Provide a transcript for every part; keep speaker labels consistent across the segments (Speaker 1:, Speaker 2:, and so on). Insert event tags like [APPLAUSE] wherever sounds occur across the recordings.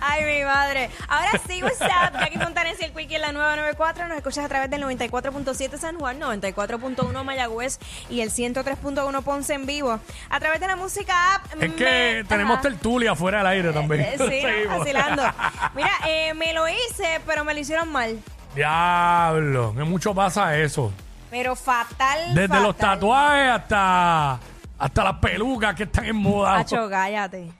Speaker 1: Ay, mi madre. Ahora sí, WhatsApp. Jackie Fontanes y el Quickie en la 994. Nos escuchas a través del 94.7 San Juan, 94.1 Mayagüez y el 103.1 Ponce en vivo. A través de la música app.
Speaker 2: Es que
Speaker 1: me-
Speaker 2: tenemos
Speaker 1: Ajá.
Speaker 2: tertulia afuera del aire también.
Speaker 1: Eh, Sí,
Speaker 2: [LAUGHS] Seguimos.
Speaker 1: no, vacilando. Mira, eh, me lo hice, pero me lo hicieron mal.
Speaker 2: Diablo, que mucho pasa eso.
Speaker 1: Pero fatal.
Speaker 2: Desde
Speaker 1: fatal.
Speaker 2: los tatuajes hasta, hasta las pelucas que están en moda.
Speaker 1: Hacho, cállate.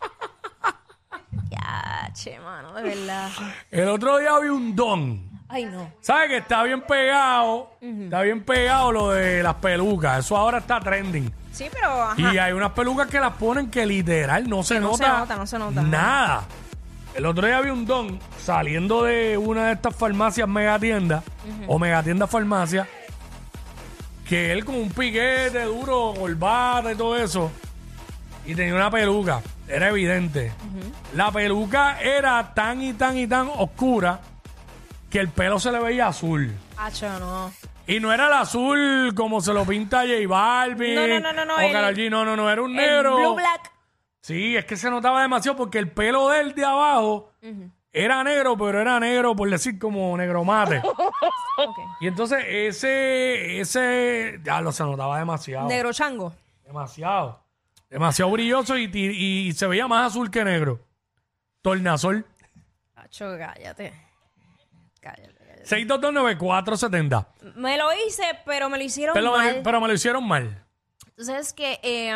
Speaker 1: ya, che, mano, de verdad.
Speaker 2: El otro día vi un don.
Speaker 1: Ay, no.
Speaker 2: ¿Sabes que está bien pegado? Está bien pegado lo de las pelucas. Eso ahora está trending.
Speaker 1: Sí, pero ajá.
Speaker 2: Y hay unas pelucas que las ponen que literal no se,
Speaker 1: no
Speaker 2: nota,
Speaker 1: se nota, no se nota.
Speaker 2: Nada. El otro día vi un don saliendo de una de estas farmacias megatiendas o megatiendas farmacia que él con un piquete duro, corbata y todo eso y tenía una peluca. Era evidente. La peluca era tan y tan y tan oscura que el pelo se le veía azul.
Speaker 1: Hacho, no.
Speaker 2: Y no era el azul como se lo pinta J Balvin.
Speaker 1: No, no, no, no, no,
Speaker 2: O
Speaker 1: el-
Speaker 2: Karol G. No, no, no, era un
Speaker 1: El
Speaker 2: negro.
Speaker 1: Blue Black.
Speaker 2: Sí, es que se notaba demasiado porque el pelo de él de abajo era negro, pero era negro, por decir, como negro
Speaker 1: [LAUGHS]
Speaker 2: mate.
Speaker 1: Ok.
Speaker 2: y entonces ese, ese, ya lo se notaba demasiado.
Speaker 1: Negro chango.
Speaker 2: Demasiado. Demasiado brilloso y, y- y se veía más azul que negro. Tornasol.
Speaker 1: Hacho, cállate. Cállate, cállate.
Speaker 2: 6229470.
Speaker 1: Me lo hice, pero me lo hicieron
Speaker 2: Pero, me-
Speaker 1: mal.
Speaker 2: pero me lo hicieron mal.
Speaker 1: Entonces es que eh,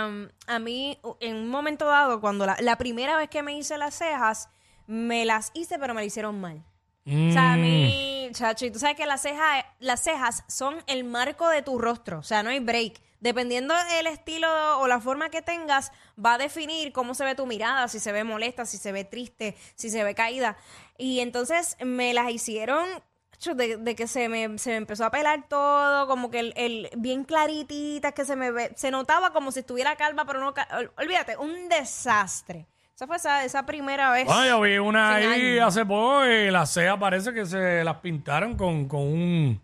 Speaker 1: a mí, en un momento dado, cuando la, la primera vez que me hice las cejas, me las hice, pero me lo hicieron mal.
Speaker 2: Mm.
Speaker 1: O sea, a mí, chacho, y tú sabes que las cejas, las cejas son el marco de tu rostro, o sea, no hay break. Dependiendo del estilo o la forma que tengas, va a definir cómo se ve tu mirada, si se ve molesta, si se ve triste, si se ve caída. Y entonces me las hicieron chacho, de, de que se me, se me empezó a pelar todo, como que el, el- bien clarititas, que se me ve- se notaba como si estuviera calva, pero no... ca- ol- olvídate, un desastre. Esa fue esa, esa primera vez.
Speaker 2: Bueno, yo vi una
Speaker 1: Sin
Speaker 2: ahí
Speaker 1: alma.
Speaker 2: hace poco y las cejas parece que se las pintaron con, con un,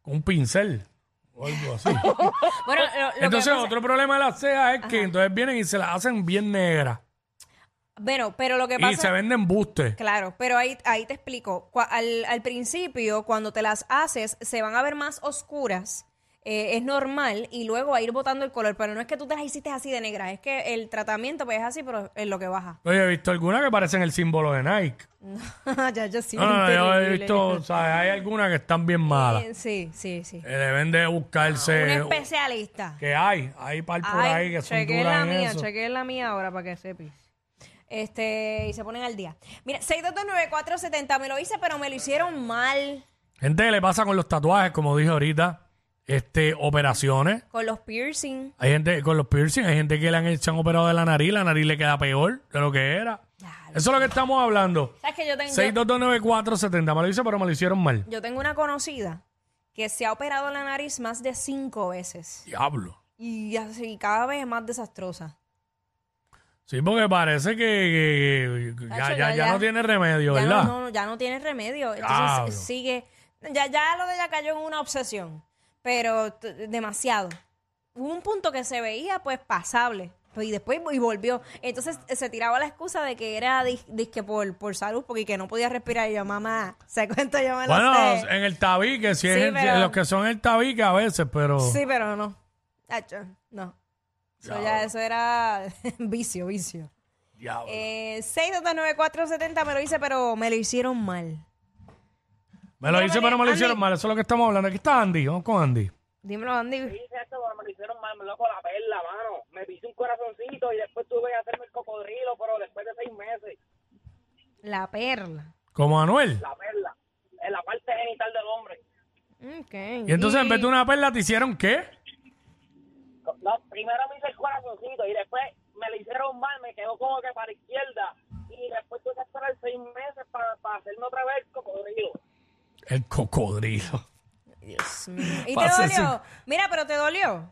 Speaker 2: con un pincel o
Speaker 1: [LAUGHS]
Speaker 2: algo así.
Speaker 1: Bueno, lo- lo que
Speaker 2: entonces,
Speaker 1: pasa-
Speaker 2: otro problema de las cejas es que entonces vienen y se las hacen bien negras
Speaker 1: Bueno, pero lo que pasa
Speaker 2: y se venden bustes.
Speaker 1: Claro, pero ahí, ahí te explico. Cua- Al, al principio, cuando te las haces, se van a ver más oscuras. eh, es normal y luego va a ir botando el color, pero no es que tú te las hiciste así de negra, es que el tratamiento pues es así, pero es lo que baja. [LAUGHS]
Speaker 2: Oye, he visto algunas que parecen el símbolo de Nike.
Speaker 1: ya, yo sí.
Speaker 2: No, no, no, yo Ah, he
Speaker 1: terrible.
Speaker 2: visto, o sea, hay algunas que están bien malas.
Speaker 1: Eh, Sí, sí, sí.
Speaker 2: Eh, deben de
Speaker 1: Un
Speaker 2: buscarse.
Speaker 1: especialista.
Speaker 2: que hay, eh, hay par por
Speaker 1: Ay,
Speaker 2: ahí que son
Speaker 1: chequeen
Speaker 2: duras
Speaker 1: la
Speaker 2: en
Speaker 1: mía,
Speaker 2: eso.
Speaker 1: chequeen la mía ahora para que sepas. Este, y se ponen al día. Mira, 6229470, me lo hice, pero me lo hicieron mal
Speaker 2: Gente, le pasa con los tatuajes, como dije ahorita, este, operaciones.
Speaker 1: con los piercing.
Speaker 2: Hay gente con los piercings, hay gente que le han, hecho- se han operado de la nariz, la nariz le queda peor de lo que era.
Speaker 1: Claro.
Speaker 2: Eso es lo que estamos hablando.
Speaker 1: ¿Sabes que yo tengo,
Speaker 2: 6229470, me lo hice, pero me lo hicieron mal.
Speaker 1: yo tengo una conocida que se ha operado la nariz más de cinco veces
Speaker 2: Diablo.
Speaker 1: y así cada vez es más desastrosa.
Speaker 2: Sí, porque parece que, que- que ya,
Speaker 1: Tacho, ya-
Speaker 2: ya- ya
Speaker 1: ya.
Speaker 2: no tiene remedio,
Speaker 1: Ya
Speaker 2: ¿verdad?
Speaker 1: no, no, ya no tiene remedio. Entonces
Speaker 2: Diablo.
Speaker 1: sigue. Ya, ya lo de ella cayó en una obsesión, pero t- demasiado. Hubo un punto que se veía pues pasable y después y volvió. Entonces se tiraba la excusa de que era dis- disque por, por salud porque que no podía respirar. Y yo, mamá, se cuento yo me lo
Speaker 2: Bueno, eh,
Speaker 1: sé.
Speaker 2: en el tabique, si
Speaker 1: Sí,
Speaker 2: es en-
Speaker 1: pero-
Speaker 2: los que son el tabique a veces, pero...
Speaker 1: Sí, pero no. Tacho, no. Eso ya, eso era [LAUGHS] vicio, vicio.
Speaker 2: Diablo.
Speaker 1: Eh, 6229470 me lo hice, pero me lo hicieron mal.
Speaker 2: me lo hice,
Speaker 1: dímele,
Speaker 2: pero me lo
Speaker 1: Andy.
Speaker 2: hicieron mal. Eso es lo que estamos hablando. Aquí está Andy, vamos con Andy.
Speaker 1: Dímelo, Andy.
Speaker 3: hice esto, pero me lo hicieron mal, me loco la perla, mano. Me pise un corazoncito y después tuve que hacerme el cocodrilo, pero después de seis meses,
Speaker 1: La perla.
Speaker 2: Como Manuel.
Speaker 3: la perla, en la parte genital del hombre.
Speaker 1: Ok.
Speaker 2: Y entonces en vez de una perla te hicieron qué?
Speaker 3: No, primero me hice el corazoncito y después me lo hicieron mal, me quedó como que para la izquierda. Y después tuve que esperar seis meses para, para hacerme otra vez el cocodrilo.
Speaker 2: El cocodrilo.
Speaker 1: Dios mío. ¿Y te
Speaker 2: Pase
Speaker 1: dolió? Mira, pero te dolió.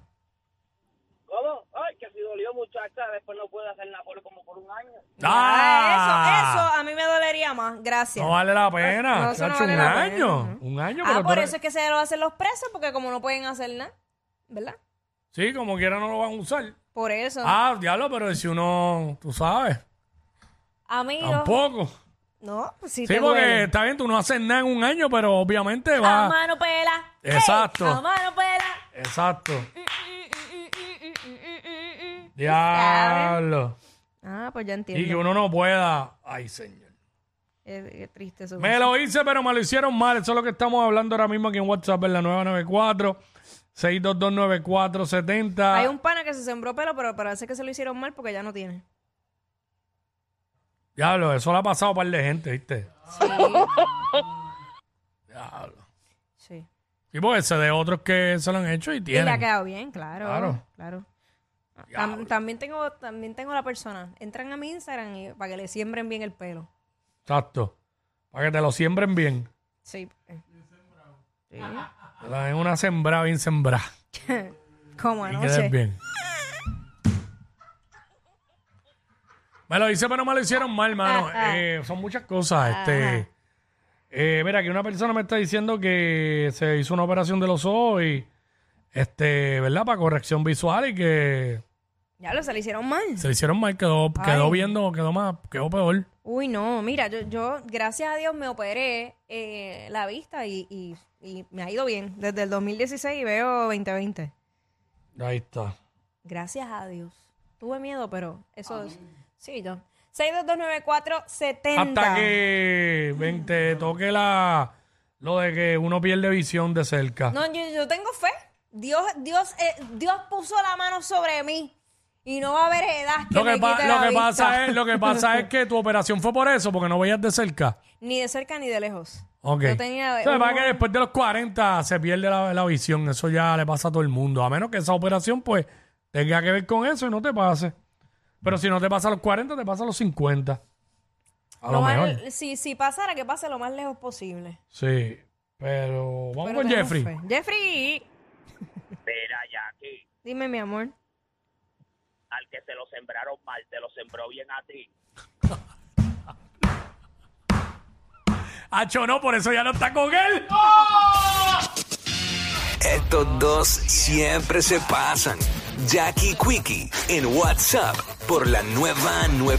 Speaker 3: ¿Cómo? Ay, que si dolió muchacha, después no pude hacer nada por como por un año.
Speaker 1: Ah, Eso,
Speaker 2: ¡Ah!
Speaker 1: eso a mí me dolería más. Gracias.
Speaker 2: No vale la pena.
Speaker 1: No, eso no
Speaker 2: chacho,
Speaker 1: vale
Speaker 2: un
Speaker 1: la pena.
Speaker 2: año.
Speaker 1: Ujú.
Speaker 2: Un año.
Speaker 1: ah,
Speaker 2: pero
Speaker 1: por
Speaker 2: tú-
Speaker 1: eso es que se lo hacen los presos porque como no pueden hacer nada, ¿verdad?
Speaker 2: Sí, como quiera no lo van a usar.
Speaker 1: Por eso.
Speaker 2: Ah, diablo, pero si uno, tú sabes,
Speaker 1: Amigos.
Speaker 2: tampoco.
Speaker 1: No, pues sí,
Speaker 2: Ah. Sí,
Speaker 1: te
Speaker 2: porque
Speaker 1: duele.
Speaker 2: está bien, tú no haces nada en un año, pero obviamente va.
Speaker 1: A mano pela. ¡Ey!
Speaker 2: Exacto.
Speaker 1: A mano pela.
Speaker 2: Exacto.
Speaker 1: Mm, mm, mm, mm, mm, mm, mm, mm.
Speaker 2: Diablo.
Speaker 1: Ah, pues ya
Speaker 2: Y que
Speaker 1: entiendo.
Speaker 2: uno no pueda. Ay, señor.
Speaker 1: Es, es triste eso.
Speaker 2: Me lo hice, pero me lo hicieron mal. Eso es lo que estamos hablando ahora mismo aquí en WhatsApp, en la 994 6229470.
Speaker 1: Hay un pana que se sembró pelo, pero parece que se lo hicieron mal porque ya no tiene.
Speaker 2: Diablo, eso le ha pasado a un par de gente, ¿viste?
Speaker 1: Sí.
Speaker 2: [LAUGHS] Diablo.
Speaker 1: sí.
Speaker 2: Y porque sé de otros que se lo han hecho y
Speaker 1: Y le ha
Speaker 2: tienen.
Speaker 1: quedado bien, claro.
Speaker 2: Claro.
Speaker 1: Claro. Ah, tam- también tengo también tengo la persona. Entran a mi Instagram y, para que le siembren bien el pelo.
Speaker 2: Exacto. Para que te lo siembren bien.
Speaker 1: Sí. porque- Sí.
Speaker 2: Te la den una sembrada bien sembrada.
Speaker 1: Como
Speaker 2: Y quedes
Speaker 1: anoche.
Speaker 2: bien. Me lo hice, pero me lo hicieron mal, mano. Eh, son muchas cosas. Este, eh, mira, que una persona me está diciendo que se hizo una operación de los ojos y, este, ¿verdad? Para corrección visual y que
Speaker 1: Ya lo se le hicieron mal.
Speaker 2: se le hicieron mal, quedó, quedó viendo, quedó más, quedó peor.
Speaker 1: Uy, no, mira, yo, yo gracias a Dios me operé eh, la vista y, y- y me ha ido bien. Desde el 2016 y veo 2020.
Speaker 2: Ahí está.
Speaker 1: Gracias a Dios. Tuve miedo, pero eso es... Sí, yo. 6229470.
Speaker 2: Hasta que ven, te toque la, lo de que uno pierde visión de cerca.
Speaker 1: No, yo, yo tengo fe. Dios, Dios, eh, Dios puso la mano sobre mí y no va a haber edad que,
Speaker 2: Lo que,
Speaker 1: me
Speaker 2: pa-
Speaker 1: quite
Speaker 2: lo
Speaker 1: la
Speaker 2: que pasa
Speaker 1: vista.
Speaker 2: es, lo que pasa es que tu operación fue por eso, porque no veías de cerca.
Speaker 1: [LAUGHS] Ni de cerca ni de lejos.
Speaker 2: Ok.
Speaker 1: Yo tenía
Speaker 2: Lo que pasa es que
Speaker 1: un-
Speaker 2: después de los 40 se pierde la, la visión. Eso ya le pasa a todo el mundo. A menos que esa operación, pues, tenga que ver con eso y no te pase. Pero si no te pasa a los 40, te pasa a los 50. A lo,
Speaker 1: más-
Speaker 2: mejor.
Speaker 1: si, si pasara, que pase lo más lejos posible.
Speaker 2: Sí. Pero vamos
Speaker 1: Pero
Speaker 2: con
Speaker 1: tenemos
Speaker 2: Jeffrey.
Speaker 1: fe. Jeffrey,
Speaker 3: Mira, Jackie,
Speaker 1: dime mi amor.
Speaker 3: al que se lo sembraron mal, te lo sembró bien a ti.
Speaker 2: Acho, no, por eso ya no está con él.
Speaker 4: Estos dos siempre se pasan. Jackie Quickie en WhatsApp por la nueva 9.